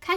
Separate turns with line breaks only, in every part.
开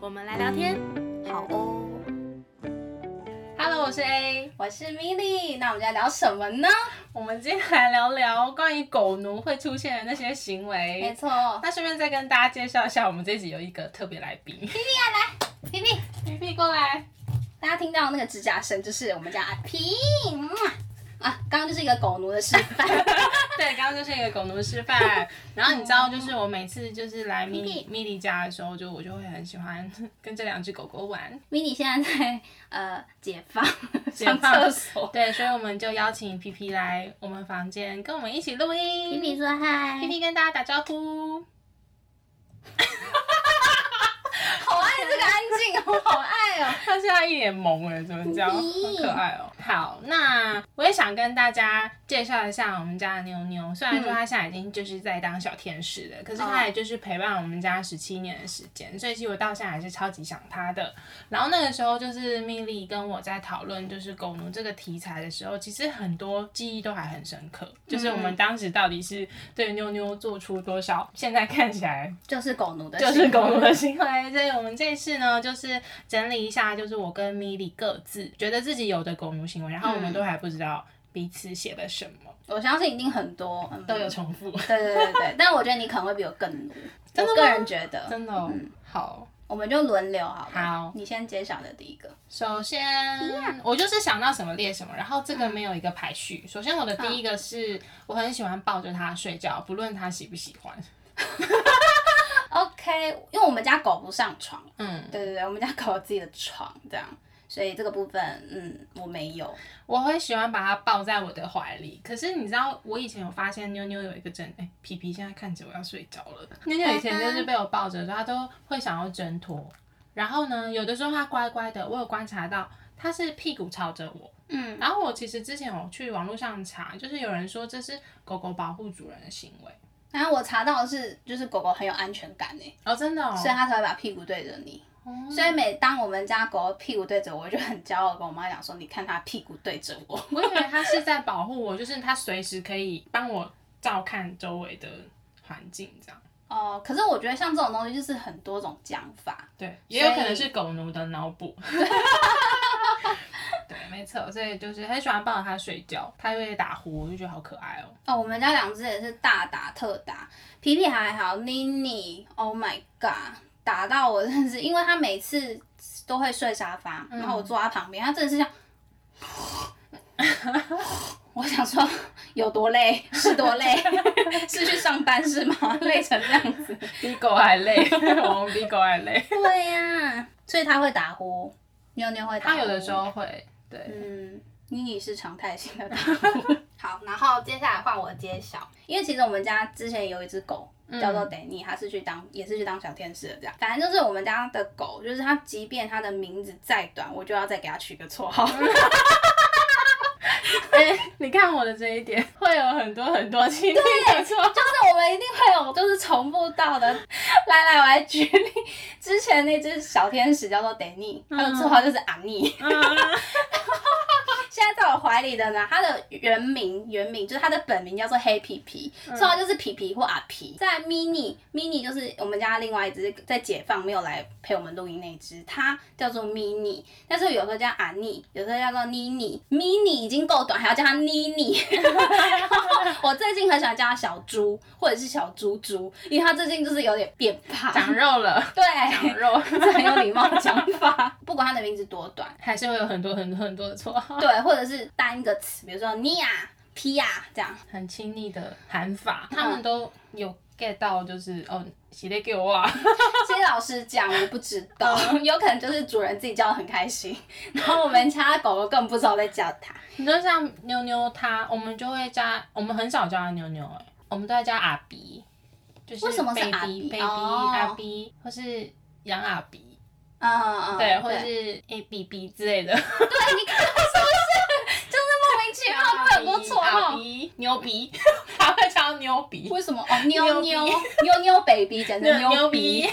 我们来聊天。
好哦，
Hello，我是 A。
我是 Milly，那我们在聊什么呢？
我们今天来聊聊关于狗奴会出现的那些行
没
为。
错，
那顺便再跟大家介绍一下，我们这一集有一个特别来宾
皮皮，
皮皮过来。
大家听到那个指甲声，就是我们家阿皮。嗯啊，刚刚就是一个狗奴 的示范，
对，刚刚就是一个狗奴示范。然后你知道，就是我每次就是来米
咪
莉米莉家的时候，就我就会很喜欢跟这两只狗狗玩，
迷你现在在呃解放，
解
上
放
厕所。
对，所以我们就邀请皮皮来我们房间跟我们一起录
皮
音。
皮说嗨，
皮皮跟大家打招呼。
好爱这个安静哦，好 爱哦。
他现在一脸萌哎，怎么这样？好可爱哦、好，那我也想跟大家介绍一下我们家的妞妞。虽然说她现在已经就是在当小天使了，可是她也就是陪伴我们家十七年的时间，所以其实我到现在还是超级想她的。然后那个时候就是米莉跟我在讨论就是狗奴这个题材的时候，其实很多记忆都还很深刻，就是我们当时到底是对妞妞做出多少，现在看起来
就是狗奴 的，
就是狗奴的。行为。所以我们这次呢，就是整理一下，就是我跟米莉各自觉得自己有的狗奴行为，然后我们都还不知道彼此写了什么，
我相信一定很多、嗯、
都有。重复，
对对对对，但我觉得你可能会比我更奴。
真的吗
我个人觉得，
真的、哦好。
我们就轮流好了。
好
你先揭晓的第一个。
首先嗯我就是想到什么列什么，然后这个没有一个排序。首先，我的第一个是我很喜欢抱着它睡觉，不论它喜不喜欢。
OK，因为我们家狗不上床，
嗯，
对对对，我们家狗有自己的床这样，所以这个部分，嗯，我没有。
我会喜欢把它抱在我的怀里。可是你知道，我以前有发现妞妞有一个症，哎、皮皮现在看着我要睡着了。妞妞以前
哎
就是被我抱着的时候，她都会想要挣脱。然后呢，有的时候她乖乖的，我有观察到她是屁股朝着我。
嗯，
然后我其实之前我去网络上查，就是有人说这是狗狗保护主人的行为。
然后我查到的是，就是狗狗很有安全感诶，
哦，真的哦。
所以它才会把屁股对着你。所以每当我们家狗屁股对着我，我就很骄傲地跟我妈讲说：“你看它屁股对着我。”
我以为它是在保护我，就是它随时可以帮我照看周围的环境这样。
哦、可是我觉得像这种东西就是很多种讲法，
对，也有可能
所
是
以
狗奴的脑 补。对，没错，所以就是很喜欢抱着它睡觉，它会打呼，我就觉得好可爱哦。
哦，我们家两只也是大打特打，皮皮还好，妮妮，Oh my god，打到我真的是，因为他每次都会睡沙发，然
嗯
后我坐他旁边，他真的是像， 我想说有多累是多累， 是去上班是吗？累成这样子？
比狗还累， 我们比狗还 累。
对呀、所以他会打呼，妞妞会打呼，
它有的时候会，对，
嗯，妮妮是常态性的 打呼。好，然后接下来换我揭晓，因为其实我们家之前有一只狗。
嗯
叫做 Danny，它是去当也是去当小天使的这样，反正就是我们家的狗，就是它，即便它的名字再短，我就要再给它取一个绰号。
你看我的这一点，会有很多很多亲密的错。
就是我们一定会有就是重复到的。来来，我来举例，之前那只小天使叫做 Danny，它的绰号就是阿妮。嗯现在在我怀里的呢，它的原名原名就是它的本名叫做黑皮皮，绰号就是皮皮或阿皮。在 mini mini 就是我们家另外一只在解放没有来陪我们录音那只，它叫做 mini，但是有时候叫阿妮，有时候叫做妮妮。mini 已经够短，还要叫它妮妮。 我最近很喜欢叫它小猪或者是小猪猪，因为它最近就是有点变胖。
长肉了，
对，
长肉，
是哎很有礼貌的讲法。不管它的名字多短，
还是会有很多很多很多的错，
对，或者是单一个词，比如说尼亚、皮亚这样。
很亲密的喊法，他
嗯
们都有 get 到，就是哦，洗得给我啊。
其实老实讲，我不知道，
嗯
有可能就是主人自己叫的很开心，然后我们家的狗狗更不知道在叫它。
你就像妞妞她，我们就会加，我们很少叫她妞妞、欸，我们都在叫阿比，就是
为什么是
baby
阿比
baby
哦
阿比，或是杨阿比。
嗯嗯嗯，哎
对，或者是 A B B 之 类的，
对，你看是不是？就是莫名其妙会很多 绰
老
号。
鼻、牛鼻，还会叫牛鼻，
哦为什么？哦， 妞
牛
妞妞妞 baby，简 直牛
鼻
逼，。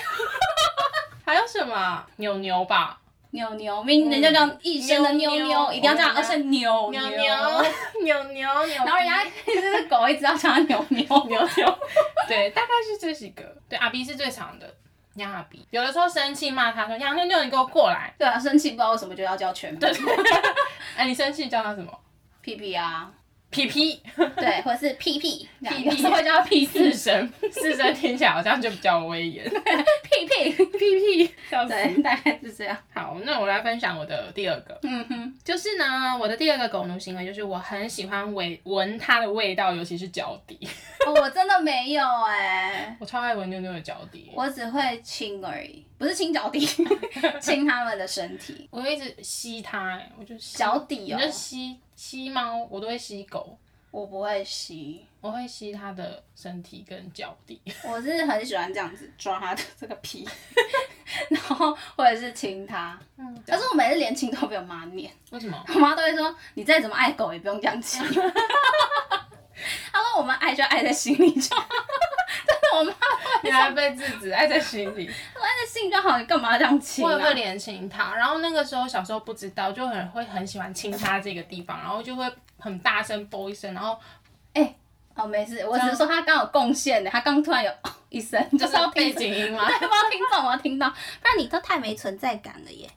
还有什么牛牛吧？
妞妞，明人家这样一生的妞
妞
妞，
妞
一定要这样，
我
而
们
且妞
牛牛
妞，
牛牛牛，
然后人家这只狗一直要叫它 妞妞妞妞。
对，大概是这几个。对，阿鼻是最长的，杨阿鼻。有的时候生气骂他说：“杨妞妞，你给我过来
对啊，生气不知道为什么就要叫全名！”
哎，你生气叫他什么？
屁屁啊，
皮皮
对，或者是屁屁，屁
屁
有时候会叫它屁
四
四
声，四声听起来好像就比较威严。
屁屁。
屁屁，笑死。
对，大概是这样。
好，那我来分享我的第二个，
嗯哼，
就是呢，我的第二个狗奴行为就是我很喜欢闻闻它的味道，尤其是脚底，
哦我真的没有哎、
我超爱闻妞妞的脚底。
我只会亲而已，不是亲脚底， 亲他们的身体，
我会一直吸它、欸，我就吸
脚底
你
哦
就，吸吸猫，我都会吸狗，
我不会吸，
我会吸它的身体跟脚底。
我是很喜欢这样子抓他的这个皮， 然后或者是亲他，
嗯，
可是我每次连亲都被我妈念，
为什 么？
我妈都会说你再怎么爱狗也不用这样亲， 她说我们爱就爱在心里就好， 但是我妈
你还被制止，爱在心 里。
说爱在心里就好，你干嘛这样亲
我也会
啊？
连亲它，然后那个时候小时候不知道，就很会很喜欢亲它这个地方，然后就会很大声啵一声，然后
哦，没事，我只是说她刚有贡献的，她刚突然有一声， 就是要
背
听
景音 吗？
对，我要听懂，我要听到，不然你都太没存在感了 耶。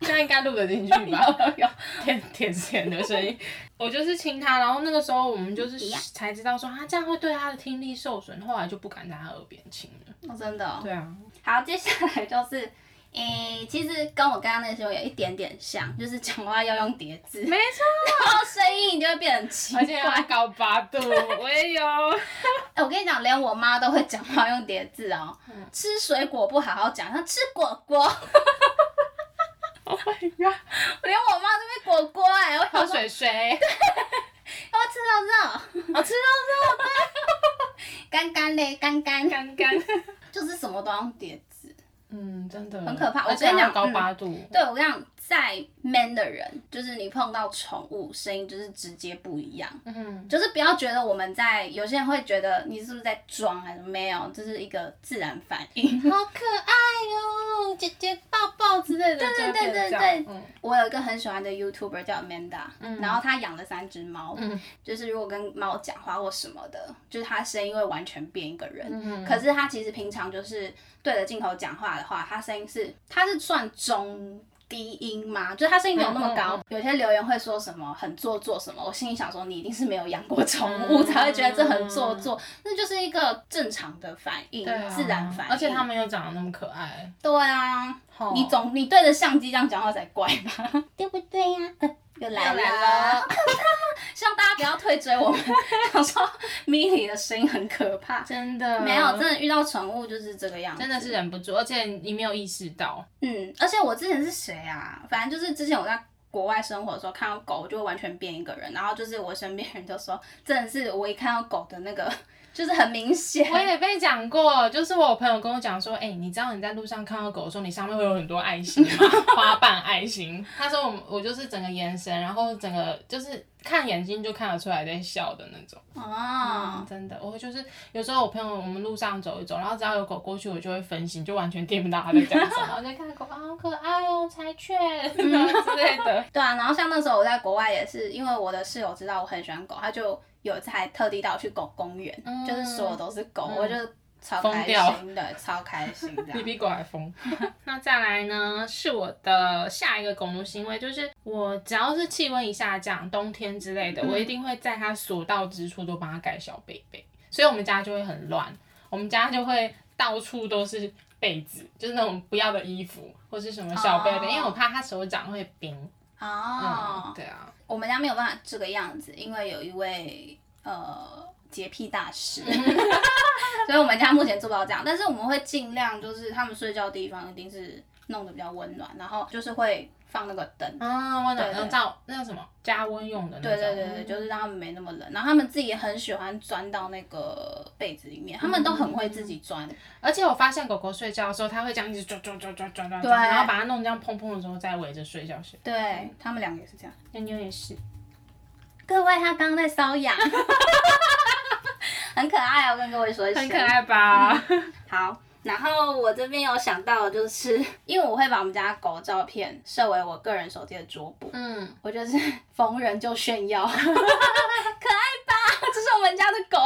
这样应该录得进去吧？ 舔舔舔的声音，我就是亲它，然后那个时候我们就是
一样
才知道说它这样会对它的听力受损，后来就不敢在它耳边亲了。
哦，真的、哦。
对啊，
好，接下来就是，诶、其实跟我刚刚那时候有一点点像，就是讲话要用叠 字，啊
没错，
然后声音你就会变得很奇
啊而且
怪。
要高八度，我也 有。
哎、我跟你讲，连我妈都会讲话用叠字哦。吃水果不好好讲，她吃果 果，
Oh my god！
连我妈都被果果哎、我
喝
想说，
水水，
我哦吃肉肉，
好吃 肉
干干嘞，干干
肉，，干干。
就是什么都要用叠字。
嗯，真的
很可怕
而且
我跟你
还
讲
要高八度。
对我跟你讲，再 man 的人，就是你碰到宠物，声音就是直接不一样。
嗯，
就是不要觉得我们在，有些人会觉得你是不是在装还是没有，这是一个自然反应。好可爱哟、姐姐抱抱 之类的。
就
对
会
对
变这
对
样
对，
嗯
我有一个很喜欢的 YouTuber 叫 Amanda，、然后她养了三只猫，
嗯
就是如果跟猫讲话或什么的，就是她声音会完全变一个人。
嗯
可是她其实平常就是对着镜头讲话的话，她声音是她是算中。低音嘛，就是她声音没有那么
嗯
高。有些留言会说什么很做作什么，我心里想说你一定是没有养过宠物、
嗯
才会觉得这很做作，那就是一个正常的反应，
对啊
自然反应。
而且他们又长得那么可爱，
对啊，
好
你总你对着相机这样讲话才怪吧？对不对呀、
哦
呃又来
又来
了，希望大家不要退追我们。 想说迷你的声音很可怕，
真的
没有真的遇到宠物就是这个样
嗯
子，
真的是。忍不住，而且你没有意识到，
嗯，而且我之前是谁啊？反正就是之前我在。国外生活的时候，看到狗就会完全变一个人，然后就是我身边人就说，真的是我一看到狗的那个，就是很明 显，
我也被讲过，就是我朋友跟我讲说，哎、你知道你在路上看到狗的时候，你上面会有很多爱心吗？花瓣爱心。他说我我就是整个眼神，然后整个就是看眼睛就看得出来在笑的那种。嗯
嗯哦，
真的，我就是有时候我朋友我们路上走一走，然后只要有狗过去，我就会分心，就完全听不到他在讲什么，我就看狗啊，好可爱哦，柴犬
嗯
之类的。嗯
对啊，然后像那时候我在国外也是，因为我的室友知道我很喜欢狗，他就有一次还特地带我去狗公园，
嗯
就是所有都是狗，
嗯
我就超
疯
开
掉
心的，超开心这
你
样。
比狗还 疯。那再来呢，是我的下一个狗奴行为，就是我只要是气温一下降，冬天之类
嗯
的，我一定会在它所到之处都帮它盖小被被，所以我们家就会很乱，我们家就会到处都是被子，就是那种不要的衣服或是什么小被被，
哦
因为我怕它手掌会冰。
哦
嗯，，对啊，
我们家没有办法这个样子，因为有一位呃洁癖大师， 所以我们家目前做不到这样，但是我们会尽量就是他们睡觉的地方一定是。弄得比较温暖，然后就是会放那个灯。
啊，温暖
对对
那照那叫什么加温用的那
对
种，
对对对，就是让他们没那么冷，然后他们自己也很喜欢钻到那个被子里面，他们都很会自己钻，
而且我发现狗狗睡觉的时候，它会这样一直转转转转转转，
对
然后把它弄这样砰砰的时候再围着睡觉睡。
对他们两个也是这样。
妞妞也是，
各位，他刚刚在搔痒， 很可爱哦，跟各位说一声，
很可。爱吧？
好，然后我这边有想到，的就是 因为我会把我们家狗的照片设为我个人手机的桌布，
嗯，
我就是逢人就炫耀， 可爱吧？这是我们家的狗。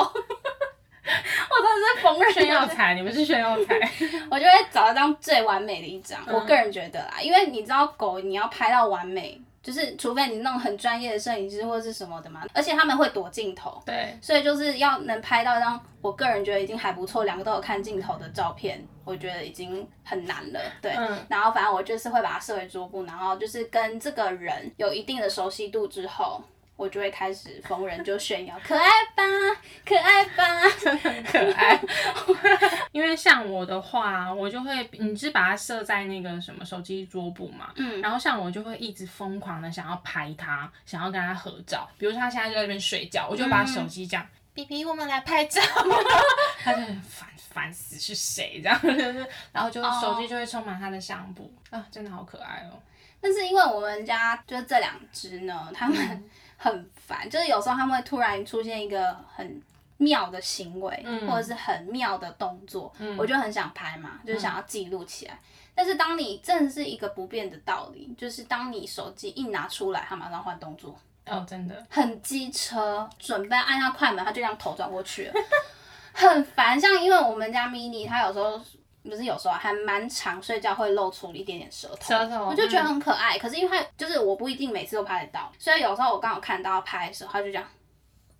我真的是逢人就
炫耀财，你们是炫耀财。
我就会找一张最完美的一张。
嗯
我个人觉得啦，因为你知道狗你要拍到完美，就是除非你弄很专业的摄影师或是什么的嘛，而且他们会躲镜头，
对，
所以就是要能拍到一张我个人觉得已经还不错，两个都有看镜头的照片，我觉得已经很难了。对，
嗯
然后反正我就是会把它设为桌布，然后就是跟这个人有一定的熟悉度之后。我就会开始逢人就炫耀，可爱吧，可爱吧，
很可爱。 因为像我的话，我就会，你是把它设在那个什么手机桌布嘛，
嗯
然后像我就会一直疯狂的想要拍它，想要跟它合照。比如说它现在就在那边睡觉，我就把手机这样。比比，嗯我们来拍 照。他就很烦，烦死是谁这样，就是，然后就
哦
手机就会充满它的相簿啊，真的好可爱哦。
但是因为我们家就是这两只呢，它们很烦，就是有时候它们会突然出现一个很妙的行为，
嗯
或者是很妙的动作，我就很想拍嘛，就是想要记录起来。但是当你真的是一个不变的道理，就是当你手机一拿出来，它马上换动作，
哦，真的，
很机车，准备按下快门，它就这样头转过去了，很烦。像因为我们家 mini，它有时候不是有时候啊还蛮长，睡觉会露出一点点舌头，
舌头
我就觉得很可爱。可是因为它就是我不一定每次都拍得到，所以有时候我刚好看到它拍的时候，它就这样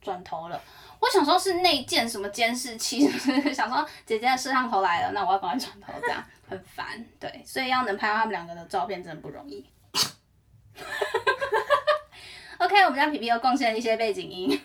转头了。我想说，是内建什么监视器，想说姐姐的摄像头来了，那我要赶快转头，这样很烦。对，所以要能拍到他们两个的照片，真的不容易。OK，我们家皮皮又贡献了一些背景音。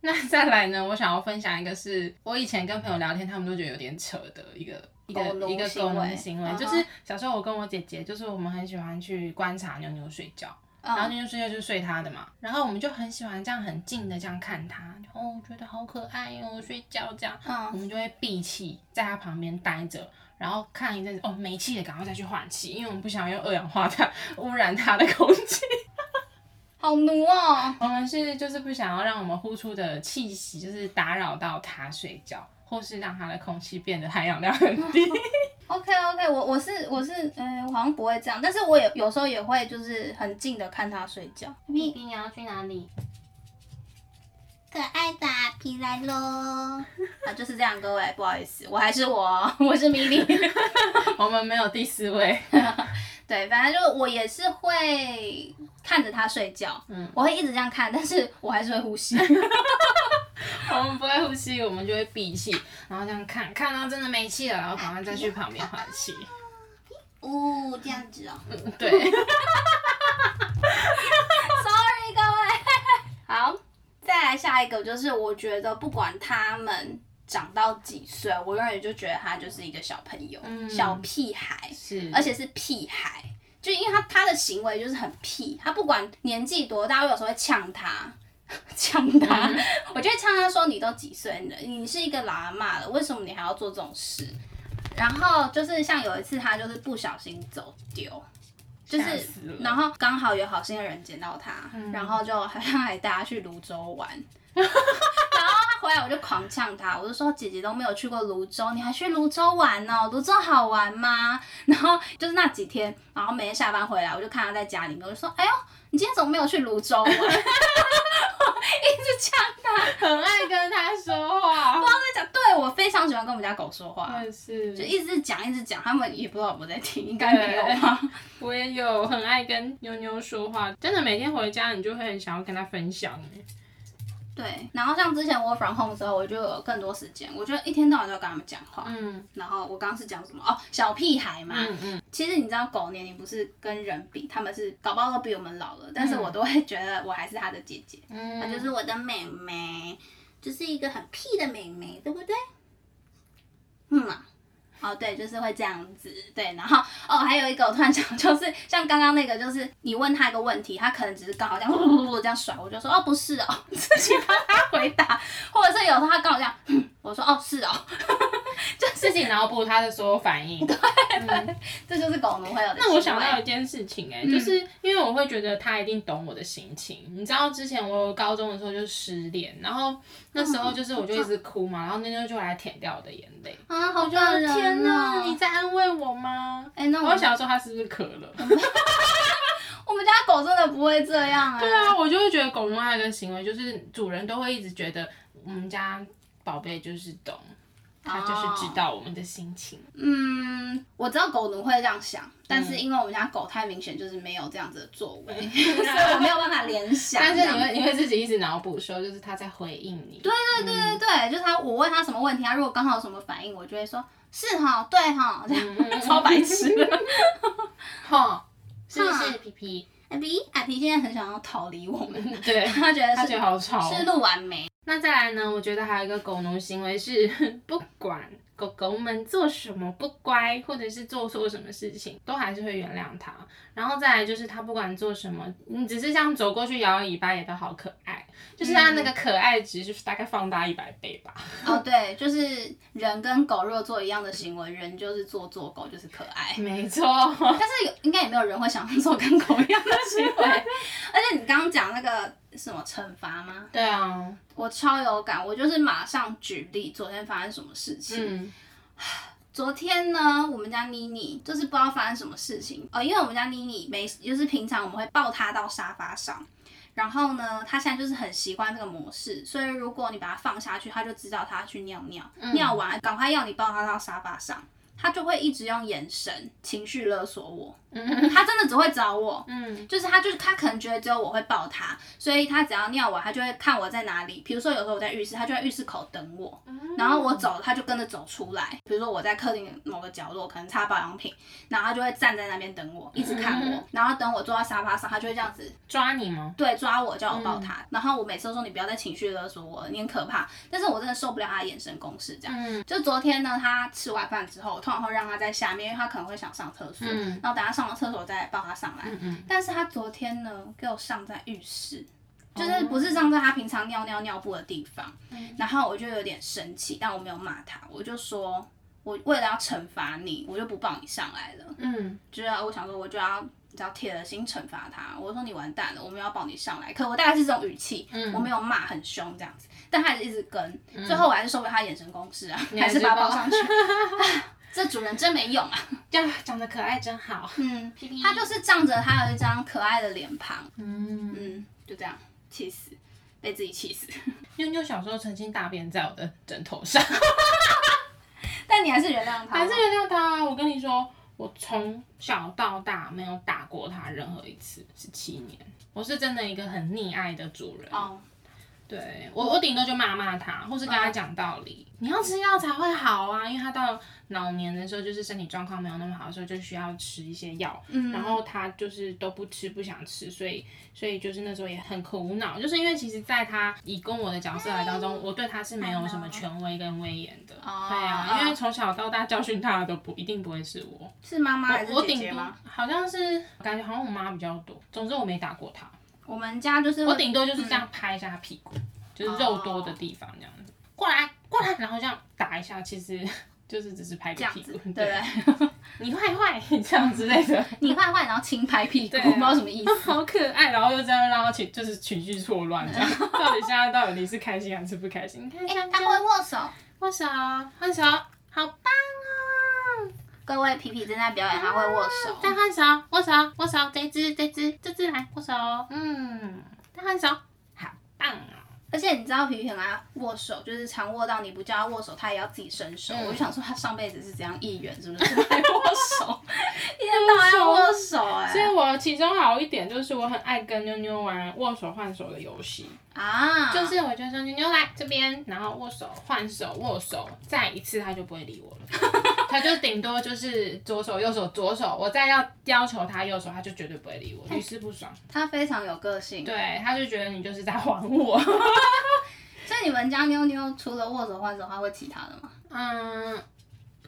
那再来呢？我想要分享一个是，我以前跟朋友聊天，他们都觉得有点扯的一个一个
狗奴
一个狗
行
奴
为
行
嗯
为，
哼
就是小时候我跟我姐姐，就是我们很喜欢去观察妞妞睡觉， 然
嗯
后妞妞睡觉就是睡她的嘛，然后我们就很喜欢这样很近的这样看她，就哦觉得好可爱哦，睡觉这样，我
嗯，
们就会闭气在她旁边待着。然后看一阵子，哦，没气了，赶快再去换气，因为我们不想要用二氧化碳 污染她的空气。
好奴哦。
我们是就是不想要让我们呼出的气息就是打扰到它睡觉，或是让它的空气变得含氧量很低。
OK OK，我我是我是嗯、我好像不会这样，但是我也有时候也会就是很近的看他睡觉。
你 你要去哪里？
可爱的皮来喽！ 啊，就是这样，各位，不好意思，我还是我， 我是米莉。
我们没有第四位。
对，反正就是我也是会看着他睡觉，嗯，我会一直这样看，但是我还是会呼吸。
我们不会呼吸，我们就会闭气，然后这样看，看到真的没气了，然后赶快再去旁边换气。
呜、这样 子哦。
对，
Sorry，各位。好，再来下一个，就是我觉得不管他们长到几岁，我永远就觉得他就是一个小朋友，
嗯
小屁孩，
是，
而且是屁孩。就因为他他的行为就是很屁，他不管年纪多大，我有时候会呛他， 呛他，我就会呛他说：“你都几岁了？你是一个老阿妈了，为什么你还要做这种事？”然后就是像有一次，他就是不小心走丢，就是
吓死了嗯
然后刚好有好心的人捡到他，然后就好像还带他去泸州玩。 然后他回来我就狂呛他，我就说姐姐都没有去过泸州，你还去泸州玩哦？泸州好玩吗？ 然后就是那几天，然后每天下班回来，我就看他在家里面，我就说，哎呦，你今天怎么没有去泸州玩？ 我一直呛他，
很爱跟他说话。
他在讲，对我非常喜欢跟我们家狗说话
我，也，
就是一直讲一直讲，他们也不知道我在听，应该没有吧？
我也有很爱跟妞妞说话，真的每天回家你就会很想要跟她分享。欸
对，然后像之前我 from home 的时候，我就有更多时间，我就一天到晚都要跟他们讲话。
嗯
然后我刚刚是讲什么哦，小屁孩嘛。
嗯嗯，
其实你知道狗年龄不是跟人比，他们是搞不好都比我们老了，但是我都会觉得我还是他的姐姐，
嗯
她、就是我的妹妹，就是一个很屁的妹妹，对不对？嗯嘛、哦，对，就是会这样子，对，然后哦，还有一个我突然想， 就是像刚刚那个，就是你问他一个问题，他可能只是刚好这样噜噜噜噜这样甩，我就说哦不是哦， 自己帮他回答，或者是有时候他刚好这样，哼我说哦是哦，
自己脑补他的所有反应。
这就是狗奴会有的行为。
那我想到一件事情、
嗯
哎、就是因为我会觉得他一定懂我的心情。你知道之前我高中的时候就失恋，然后那时
嗯
候就是我就一直哭嘛，然后那妞就来舔掉我的眼泪。
啊，好
我觉
感
得
人、哦、
天哪，你在安慰我吗？
哎、那我
我想说他是不是渴 了？
我们家狗真的不会这样啊、
对啊，我就会觉得狗奴爱的行为就是主人都会一直觉得我们家宝贝就是懂，他就是知道我们的心情。
嗯，我知道狗奴会这样想，但是因为我们家狗太明显就是没有这样子的作为，嗯 所以我没有办法联想。
但是你
这样
会
子
你会自己一直脑补说，就是他在回应你。对
对对对对，就是他，我问他什么问题，他如果刚好有什么反应，我就会说是哈，对哈，这样超白痴的。
哈，是不是皮皮？
艾哎比，艾比现在很想要逃离我们，
对，
他觉得
他
是
觉得好吵哦。
是录完没？
那再来呢？我觉得还有一个狗奴行为是， 不管狗狗们做什么不乖，或者是做错什么事情，都还是会原谅它。然后再来就是，它不管做什么，你只是这样走过去摇摇尾巴，也都好可爱。就是它那个可爱值，就是大概放大一百倍吧。
哦，对，就是人跟狗若做一样的行为，人就是做作，狗就是可爱。
嗯没错，
但是有应该也没有人会想要做跟狗一样的行 为，而且你刚刚讲那个什么惩罚吗？
对啊，
我超有感，我就是马上举例，昨天发生什么事情。
嗯，
昨天呢，我们家妮妮就是不知道发生什么事情，呃，因为我们家妮妮没，就是平常我们会抱她到沙发上，然后呢，她现在就是很习惯这个模式，所以如果你把它放下去，她就知道她去尿尿，尿完赶快要你抱她到沙发上，她就会一直用眼神情绪勒索我，她真的只会找我，
嗯，
就是她就是她可能觉得只有我会抱她，所以她只要尿完，她就会看我在哪里，比如说有时候我在浴室，她就在浴室口等我，然后我走，他就跟着走出来。比如说我在客厅的某个角落，可能擦保养品，然后他就会站在那边等我，一直看我。然后等我坐到沙发上，他就会这样子
抓你吗？
对抓我，叫我抱他。然后我每次都说你不要再情绪勒索我了，你很可怕。但是我真的受不了他的眼神攻势这样。
嗯
就昨天呢，他吃完饭之后，我通常会让他在下面，因为他可能会想上厕所，
嗯
然后等他上了厕所再抱他上来。
嗯嗯，
但是他昨天呢，给我上在浴室，就是
哦
不是上在他平常尿尿尿布的地方，
嗯
然后我就有点生气，但我没有骂他，我就说，我为了要惩罚你，我就不抱你上来了，
嗯，
就是我想说，我就要。只要铁了心惩罚他，我说你完蛋了，我们要抱你上来。可我大概是这种语气，
嗯
我没有骂很凶这样子，但他还是一直跟，最后我还是受不了他眼神攻势啊，
你
还
还
是
是
把他
抱
抱上去。 啊这主人真没用啊！
这样长得可爱真好。
嗯，他就是仗着他有一张可爱的脸庞，
嗯，
嗯，就这样，气死，被自己气死。
妞妞小时候曾经大便在我的枕头上。
但你还是原谅 他，哦
还是原谅他。啊我跟你说，我从小到大没有打过他任何一次，十七年。我是真的一个很溺爱的主人，
哦，
对我我顶多就骂骂他，或是跟
嗯
他讲道理。你要吃药才会好啊，因为他到老年的时候，就是身体状况没有那么好的时候，就需要吃一些药。
嗯
然后他就是都不吃，不想吃，所以所以就是那时候也很苦恼，就是因为其实在他以公我的角色来当中，我对他是没有什
嗯
么权威跟威严的。
哦
对啊，因为从小到大教训他的都不一定不会是我，
是妈妈还是
我
姐
顶
姐
多
吗？
好像是感觉好像我妈比较多，总之我没打过他，
我们家就是我
我顶多就是这
嗯
样拍一下他屁股，
哦
就是肉多的地方这样子，过来过来，然后这样打一下，其实 就是只是拍
这
个
样
屁
子，
股
对不，
对
对，？
你坏坏这样之类的。
你坏坏，然后轻拍屁股，
对啊
我不知道什么意思。
好可爱，然后又这样让他情就是情绪错乱， 这样到底现在到底你是开心还是不开心？你看香
哎他
蕉，
会握手，
握手，换手，好棒哦！
各位皮皮正在表演，他会握手。
再换手，握手，握手，这一只，这一只，这只来握手，嗯，再换手，好棒哦！
而且你知道皮皮很爱握手，就是常握到你不叫他握手，他也要自己伸手。
嗯
我就想说他上辈子是怎样议员，是不是？爱握 手，一天到晚要握手，
所以
哎，
我其中好一点就是我很爱跟妞妞玩握手换手的游戏，
啊，
就是我就说妞妞来这边，然后握手换手握手，再一次他就不会理我了， 他就顶多就是左手右手左手，我再要要求他右手，他就绝对不会理
哎
我，屡试不爽。
他非常有个性。
对，他就觉得你就是在玩 我。
所以你们家妞妞除了握手换手，还会其他的吗？
嗯，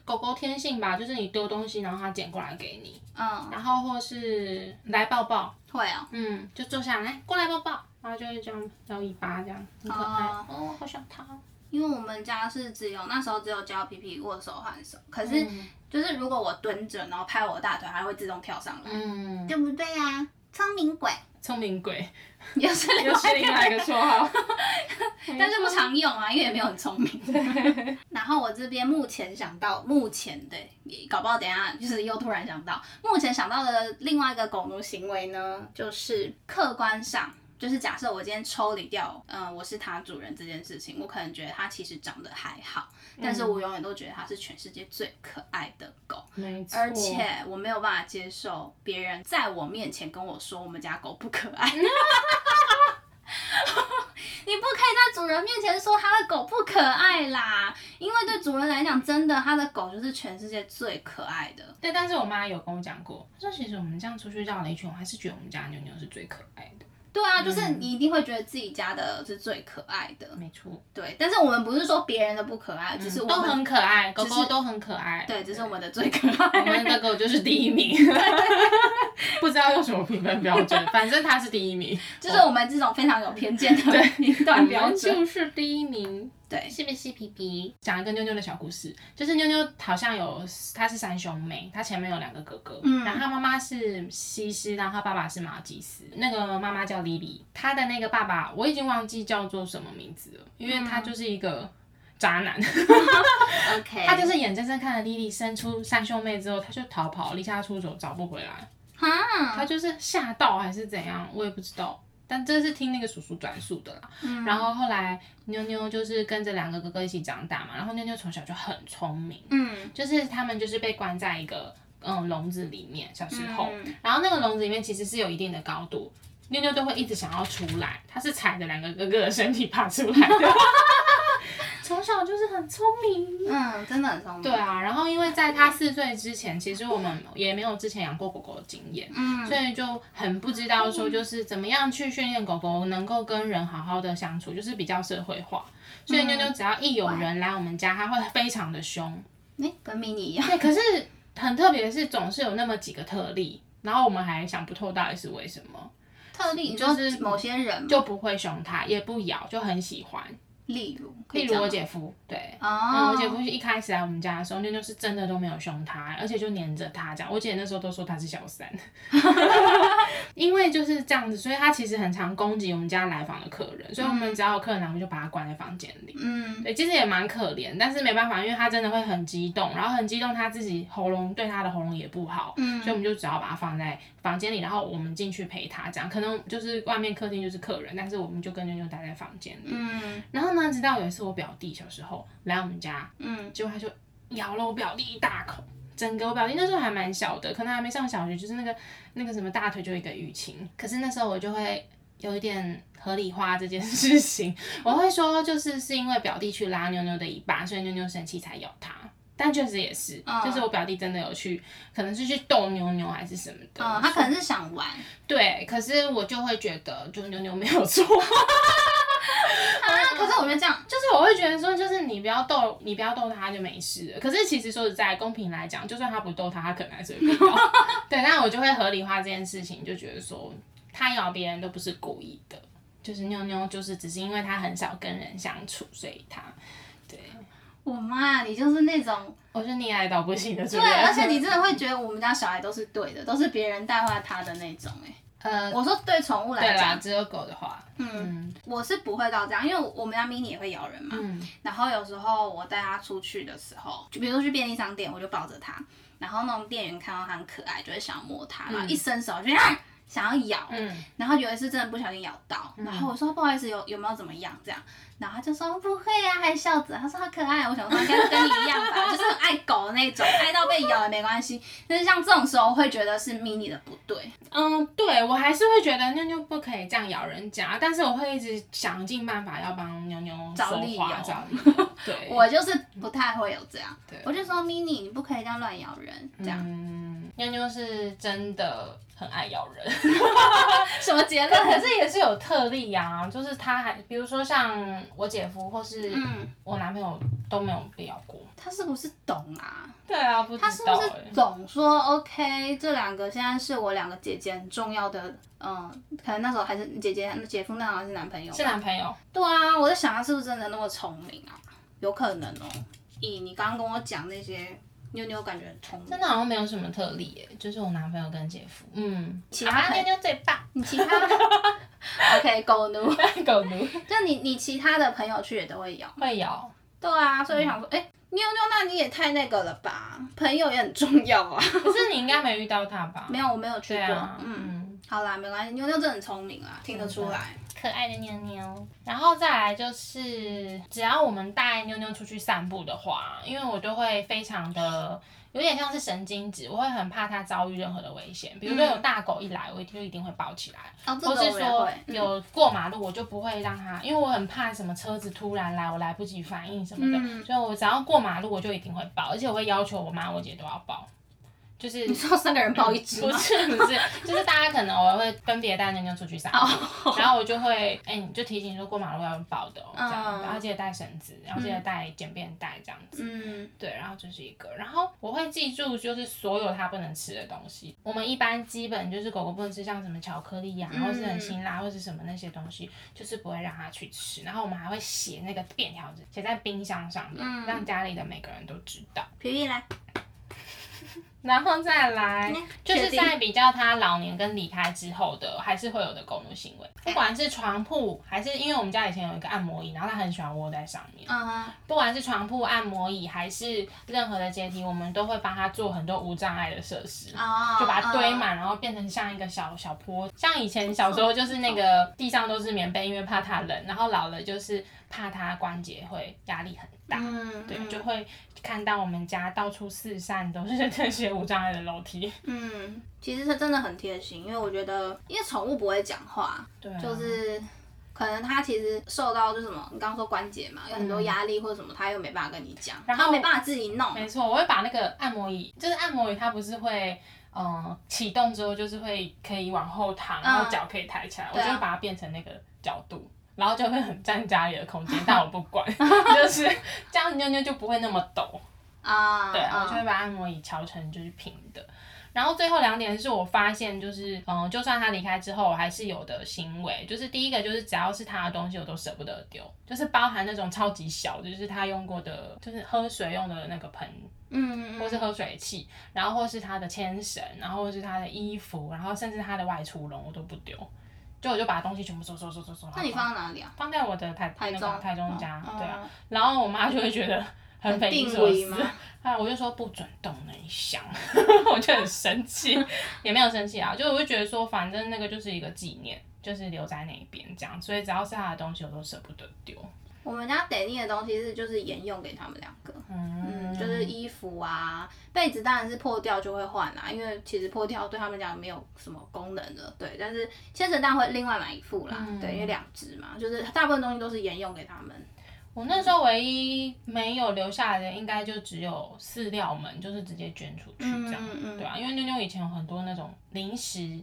狗狗天性吧，就是你丢东西，然后它捡过来给你，
嗯，
然后或是来抱抱，
会哦，
嗯，就坐下来过来抱抱，然后就会这样摇尾巴，这样很可爱。
哦
哦，好想它。
因为我们家是只有那时候只有教皮皮握手换手，可是
嗯
就是如果我蹲着，然后拍我的大腿，它会自动跳上来，
嗯，
对不对呀、聪明 鬼，
聪明鬼
又是另
又是另
外
外
一
一个
个
绰号。
但是不常用啊，因为也没有很聪明。 然后我这边目前想到，目前的，也搞不好等一下就是又突然想到，目前想到的另外一个狗奴行为呢，就是客观上。就是假设我今天抽离掉，嗯、我是它主人这件事情，我可能觉得它其实长得还好，但是我永远都觉得它是全世界最可爱的狗，
没错，
而且我没有办法接受别人在我面前跟我说我们家狗不可 爱。你不可以在主人面前说他的狗不可爱啦，因为对主人来讲，真的他的狗就是全世界最可爱的。
对，但是我妈有跟我讲过，她说其实我们这样出去绕了一圈，我还是觉得我们家牛牛是最可爱的。
对啊，就是你一定会觉得自己家的是最可爱的。
没错，嗯
对，但是我们不是说别人的不可爱，嗯只是我
都
们、
很可爱，狗
是
狗都很可爱。
嗯对，只是我们的最可爱。
我们的狗就是第一名，不知道用什么评分标准，反正它是第一名，
就是我们这种非常有偏见的评断标
我
准。
们就是第一名。
对，
是不是皮皮？讲一个妞妞的小故事，就是妞妞好像有，她是三兄妹，她前面有两个哥哥，
嗯
然后她妈妈是西施，然后她爸爸是马尔济斯，那个妈妈叫莉莉，她的那个爸爸我已经忘记叫做什么名字了，因为
嗯
他就是一个渣男，
OK，
他就是眼睁睁看着莉莉生出三兄妹之后，他就逃跑，离家出走，找不回来，
哈，
他就是吓到还是怎样，我也不知道。但这是听那个叔叔转述的啦。
嗯
然后后来妞妞就是跟着两个哥哥一起长大嘛，然后妞妞从小就很聪明，
嗯，
就是他们就是被关在一个嗯笼子里面，小时候，
嗯
然后那个笼子里面其实是有一定的高度。妞妞都会一直想要出来，她是踩着两个哥哥的身体爬出 来的， 从小就是很聪明。
嗯，真的很聪明。
对，啊，然后因为在他四岁之前，其实我们也没有之前养过狗狗的经验，
嗯
所以就很不知道说就是怎么样去训练狗狗能够跟人好好的相处，就是比较社会化。所以妞妞只要一有人来我们家，它会非常的凶。
哎、跟 mini 一样。
对，可是很特别的是，总是有那么几个特例，然后我们还想不透到底是为什么，
特例你
就
说
是
某些人吗，
就不会凶它，也不咬，就很喜欢。
例如，可以
例如
这样
我
吗
姐夫，对，嗯，
哦，
我姐夫一开始来我们家的时候，妞妞是真的都没有凶他，而且就黏着他这样。我姐那时候都说他是小三， 因为就是这样子，所以他其实很常攻击我们家来访的客人，所以我们只要有客人来，我们就把他关在房间里。
嗯，
对，其实也蛮可怜，但是没办法，因为他真的会很激动，然后很激动，他自己喉咙对他的喉咙也不好，
嗯
所以我们就只好把他放在房间里，然后我们进去陪他这样。可能就是外面客厅就是客人，但是我们就跟妞妞待在房间里。
嗯
然后呢，直到有一次我表弟小时候来我们家，
嗯
结果他就咬了我表弟一大口，整个我表弟那时候还蛮小的，可能还没上小学，就是那个那个什么大腿就有一个淤青。可是那时候我就会有一点合理化这件事情，我会说就是是因为表弟去拉妞妞的尾巴，所以妞妞生气才咬他。但确实也是，
嗯
就是我表弟真的有去，可能是去逗妞妞还是什么的。
嗯，他可能是想玩，啊
对，可是我就会觉得，就妞妞没有错。
啊，可是我觉得这样，
就是我会觉得说，就是你不要逗，你不要逗他就没事了。可是其实说实在，公平来讲，就算他不逗他，他可能还是会被咬。 对，但我就会合理化这件事情，就觉得说他咬别人都不是故意的，就是妞妞就是只是因为他很少跟人相处，所以他
我妈，你就是那种
我是溺爱到不行的主
对，
人。
而且你 真的会觉得我们家小孩都是对的，都是别人带坏他的那种、欸，
呃，
我说对宠物
对
来
啦，
讲，
只有狗的话，嗯
我是不会到这样，因为我们家 mini 也会咬人嘛，
嗯
然后有时候我带它出去的时候，就比如说去便利商店，我就抱着它，然后那种店员看到它很可爱，就会想要摸它，然后一伸手就啊想要咬，
嗯，
然后有一次真的不小心咬到，然后我说不好意思，有有没有怎么样这样？然后他就说不会啊，还笑着，他说好可爱。我想说应该是跟你啊一样吧，就是很爱狗的那种，爱到被咬也没关系。但是像这种时候，我会觉得是 mini 的不对，
嗯，对我还是会觉得妞妞不可以这样咬人家，但是我会一直想尽办法要帮妞妞
找
说
理
话
由
找 理由。对，
我就是不太会有这样
对，
我就说 mini 你不可以这样乱咬人这样。
嗯，妞妞是真的很爱咬人，
什么结
可
论？
是也是有特例啊，就是他还比如说像我姐夫或是
嗯，
我男朋友都没有被咬过。
他是不是懂啊？
对啊，不知
他是
道
不
欸
是总说 OK，这两个现在是我两个姐姐很重要的，嗯，可能那时候还是姐姐姐夫，那好像是男朋友吧。
是男朋友，
对啊，我在想他是不是真的那么聪明啊？有可能哦。以你刚刚跟我讲那些，妞妞感觉很聪明
真。的好像没有什么特例耶，就是我男朋友跟姐夫，嗯，
其他
啊
朋
妞妞最棒，
你其他 OK 狗奴，
狗奴
就你你其他的朋友去也都会咬。
会咬，
对啊，所以想说，哎、妞妞，那你也太那个了吧？朋友也很重要啊。
可是你应 该没遇到他吧？
没有，我没有去
对
过。
啊，
嗯，
嗯，
好啦，没关系，妞妞真的很聪明啊，听得出来。
可爱的妞妞。然后再来就是，只要我们带妞妞出去散步的话，因为我就会非常的。有点像是神经质，我会很怕它遭遇任何的危险，比如说有大狗一来，我一定就一定会抱起来，
哦，这
或
个
是
我也
说
会。嗯
有过马路，我就不会让他，因为我很怕什么车子突然来，我来不及反应什么的，
嗯
所以我只要过马路，我就一定会抱，而且我会要求我妈、我姐都要抱，就是
你说三个人抱一 只
不
吗？
是不是，就是大家可能偶尔会分别带妞妞出去散
哦
步， 然后我就会，哎、你就提醒说过马路要用抱的哦，这样，
嗯
然后记得带绳子，然后记得带简便带这样子。
嗯，
对，然后这是一个，然后我会记住就是所有它不能吃的东西。我们一般基本就是狗狗不能吃像什么巧克力呀、
嗯
或是很辛辣，或是什么那些东西，就是不会让它去吃。然后我们还会写那个便条纸，写在冰箱上面，
嗯
让家里的每个人都知道。
皮皮来，
然后再来
嗯，
就是
确定
在比较它老年跟离开之后的，还是会有的狗奴行为，
哎
不管是床铺，还是因为我们家以前有一个按摩椅，然后它很喜欢窝在上面，
嗯哼，
不管是床铺、按摩椅，还是任何的阶梯，我们都会帮它做很多无障碍的设施。
哦，
就把它堆
嗯
满，然后变成像一个小小坡。像以前小时候就是那个地上都是棉被，因为怕它冷，然后老了就是怕它关节会压力很大。
嗯，
对，
嗯
就会看到我们家到处四散都是这些无障碍的楼梯。
嗯，其实是真的很贴心，因为我觉得，因为宠物不会讲话，
对、啊，
就是可能它其实受到就是什么，你刚刚说关节嘛，有很多压力或者什么，它又没办法跟你讲，
嗯然
然
后
后没办法自己弄，
没错，我会把那个按摩椅，就是按摩椅，它不是会。嗯，启动之后就是会可以往后躺，然后脚可以抬起来，我
对啊
就会把它变成那个角度，然后就会很占家里的空间，但我不 管，就是这样妞妞就不会那么抖。
啊，
对，我就会
啊，
把按摩椅调成就是平的。然后最后两点是我发现，就是嗯，就算他离开之后，我还是有的行为，就是第一个就是只要是他的东西，我都舍不得丢，就是包含那种超级小，就是他用过的，就是喝水用的那个盆，
嗯嗯
或
嗯，
是喝水器，然后或是他的牵绳，然后或是他的衣服，然后甚至他的外出笼，我都不丢，就我就把东西全部收收收收收。
那你
然后
放到哪里啊？
放在我的台
台
那
中
个，台中家，
嗯
对啊，，然后我妈就会觉得很匪夷
定
所
位
思
吗，
啊，我就说不准动那一箱， 我就很生 气，也没有生气啊，就我就觉得说，反正那个就是一个纪念，就是留在那一边这样，所以只要是他的东西，我都舍不得丢。
我们家得力的东西是就是沿用给他们两个，
嗯
嗯，就是衣服啊，被子当然是破掉就会换啦、因为其实破掉对他们讲没有什么功能的，对。但是牵绳蛋会另外买一副啦，
嗯
对，因为两只嘛，就是大部分东西都是沿用给他们。
我那时候唯一没有留下来的，应该就只有饲料们，就是直接捐出去这样，
嗯嗯嗯
对啊，因为妞妞以前有很多那种零食，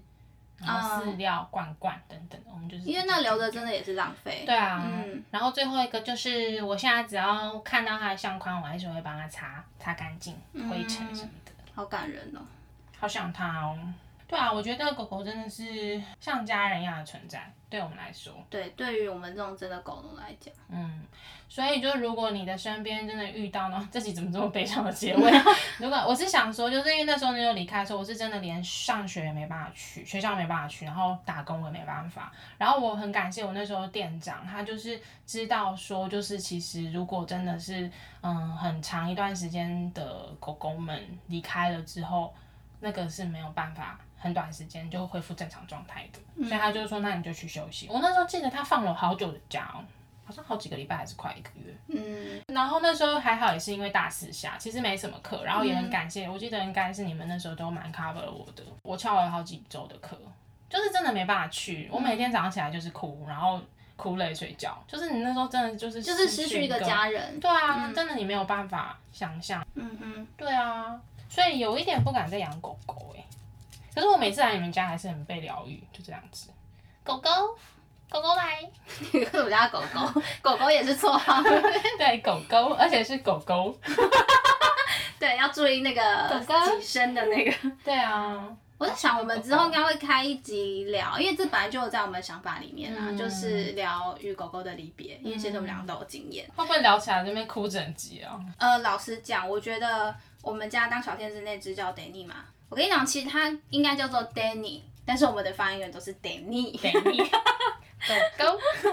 然后饲料、罐罐等等，我们就是
啊因为那留着真的也是浪费。
对啊，
嗯
然后最后一个就是，我现在只要看到它的相框，我还是会帮它擦擦干净灰尘什么的。
好感人哦。
好想它哦。对啊，我觉得狗狗真的是像家人一样的存在，对我们来说，
对，对于我们这种真的狗奴来讲，
嗯，所以就如果你的身边真的遇到呢， 这集怎么这么悲伤的结尾？啊 如果我是想说，就是因为那时候妞妞离开的时候，我是真的连上学也没办法去，学校没办法去，然后打工我也没办法。然后我很感谢我那时候店长，他就是知道说，就是其实如果真的是嗯很长一段时间的狗狗们离开了之后，那个是没有办法。很短时间就恢复正常状态的，所以他就说：“那你就去休息。”我那时候记得他放了我好久的假哦，好像好几个礼拜还是快一个月。
嗯，
然后那时候还好，也是因为大四下，其实没什么课，然后也很感谢，我记得应该是你们那时候都蛮 cover 我的，我翘了好几周的课，就是真的没办法去，我每天早上起来就是哭，然后哭累睡觉，就是你那时候真的就是
就是失去一个。家人。
嗯对啊，那真的你没有办法想象。
嗯哼，
对啊，所以有一点不敢再养狗狗哎、可是我每次来你们家还是很被疗愈，就这样子。狗狗，狗狗来。
你为什么叫狗狗？ 狗狗也是啊绰 号。
对，狗狗，而且是狗狗。
对，要注意那个
狗狗
几声的那个。
对啊，
我在想，我们之后应该会开一集聊，因为这本来就有在我们的想法里面啊，
嗯
就是聊与狗狗的离别，因为其实我们两个都有经验。
会不会聊起来这边哭整集啊？
呃，老实讲，我觉得我们家当小天使那只叫 Danny 嘛，我跟你讲，其实它应该叫做 Danny，但是我们的发音员都是 Danny。
等你，狗狗，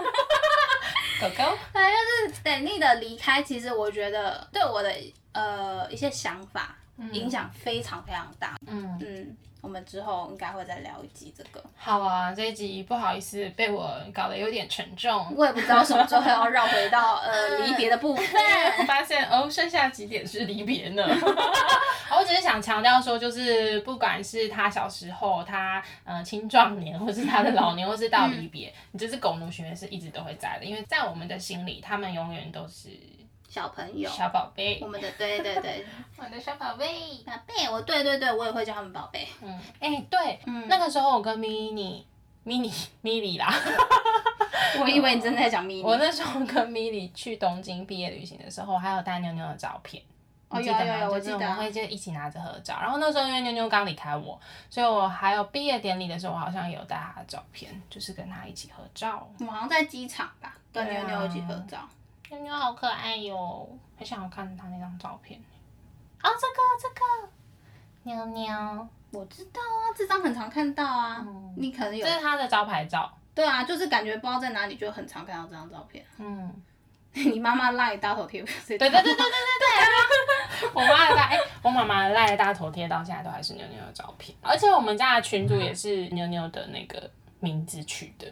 狗狗，
反正就是 Danny 的离开，其实我觉得对我的呃一些想法影响非常非常大。
嗯，
嗯，我们之后应该会再聊一集这个。
好啊，这一集不好意思被我搞得有点沉重。
我也不知道什么时候要绕回到呃离别的部分。
发现哦，剩下几点是离别 呢？我只是想强调说，就是不管是他小时候，他呃青壮年，或是他的老年，或是到离别，你这只狗奴学是一直都会在的，因为在我们的心里，他们永远都是
小朋友，
小宝贝
我，们的对对 对，
我的小宝贝。
宝贝，我对对对，我也会叫他们宝贝。
嗯，哎、对，
嗯
那个时候我跟 mini mini mini 啦，
我以为你真的在讲咪咪。
我那时候跟 mini 去东京毕业旅行的时候，还有带妞妞的照片。
哦
你记
有
得
有
吗？
有，我
就是
记
我
得
们
啊。
会就一起拿着合照，然后那时候因为妞妞刚离开我，所以我还有毕业典礼的时候，我好像也有带她的照片，就是跟她一起合照。
我们好像在机场吧，跟
对
妞
啊
妞一起合照。
妞妞好可爱哟，很想要看她那张照片。啊、这个这个，妞妞，
我知道啊，这张很常看到啊，你可能有
这。是她的招牌照。
对啊，就是感觉不知道在哪里就很常看到这张照 片。
嗯，
你妈妈拉你大头贴不
对
是？
对对对对 对对。我妈的大，哎、我妈妈的赖的大头贴到现在都还是妞妞的照片，而且我们家的群主也是妞妞的那个名字取的。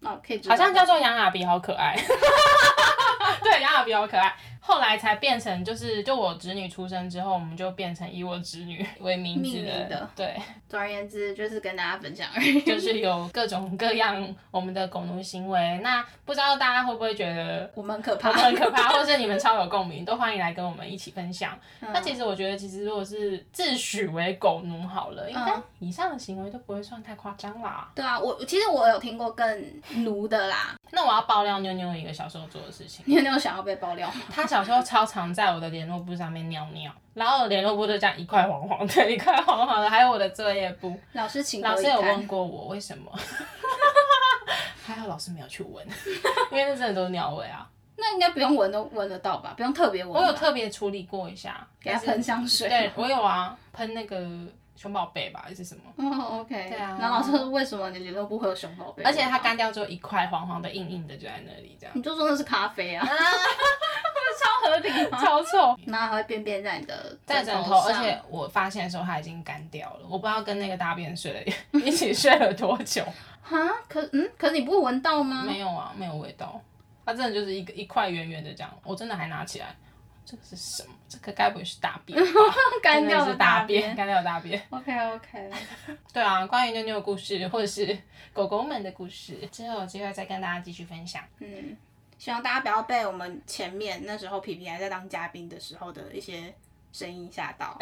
哦，可以知道。
好像叫做杨雅比，好可爱。 对，杨雅比好可爱。后来才变成，就是就我侄女出生之后，我们就变成以我侄女 为名字
命名 的
对，
总而言之，就是跟大家分享而已。
就是有各种各样我们的狗奴行为。那不知道大家会不会觉得？
我们很可
我
怕
们。很可怕，或是你们超有共鸣，都欢迎来跟我们一起分享。那其实我觉得，其实如果是自诩为狗奴好了，应该
嗯
以上的行为都不会算太夸张啦。
对啊，我其实我有听过更奴的啦。
那我要爆料妞妞一个小时候做的事情。
你有那种想要被爆料吗？
他小时候超常在我的联络簿上面尿尿，然后我的联络簿就这样一块黄黄的，一块黄黄的，还有我的作业簿。
老师请
老
我
师
一
有
看
问。过我为 什么，还好老师没有去闻，因为那真的都是尿味 啊。
那应该不用闻都闻得到吧？不用特别闻吧。
我有特别处理过一下，
给他
但是
喷香水。
对我有啊，喷那个熊宝贝吧还是什么，
哦，OK。
对啊
然后老师说为什么你联络部会有熊宝贝？
而且它，干掉之后一块黄黄的硬硬的就在那里 这样，
你就说那是咖啡啊，超合理吗？
超臭。
然后还会便便在你的
在枕头，
头
而
上
且我发现的时候它已经干掉了，我不知道跟那个大便睡了 一起睡了多久。
哈，可嗯，可你不会闻到吗？
没有啊，没有味道，它真的就是一个一块圆圆的这样，我真的还拿起来，这个是什么？这个该不会是大便吧？
干
真
掉
的
的
是大
便。
干掉的大便。
OK OK，
对啊，关于妞妞的故事，或者是狗狗们的故事，之后有机会再跟大家继续分享。
嗯，希望大家不要被我们前面那时候皮皮还在当嘉宾的时候的一些声音吓到。，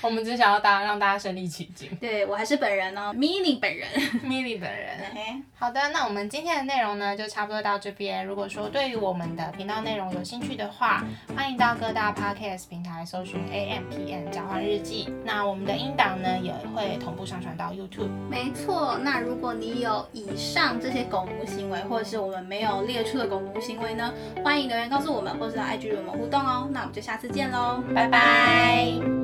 我们只想要大家让大家身临其境
对我还是本人哦，mini 本人。
米莉本人。
嘿
好的，那我们今天的内容呢，就差不多到这边。如果说对于我们的频道内容有兴趣的话，欢迎到各大 podcast 平台搜寻 A M P N 交换日记。那我们的音档呢，也会同步上传到 YouTube。
没错，那如果你有以上这些狗奴行为，或者是我们没有列出的狗奴行为呢，欢迎留言告诉我们，或是到 IG 与我们互动哦。那我们就下次见喽，
拜拜。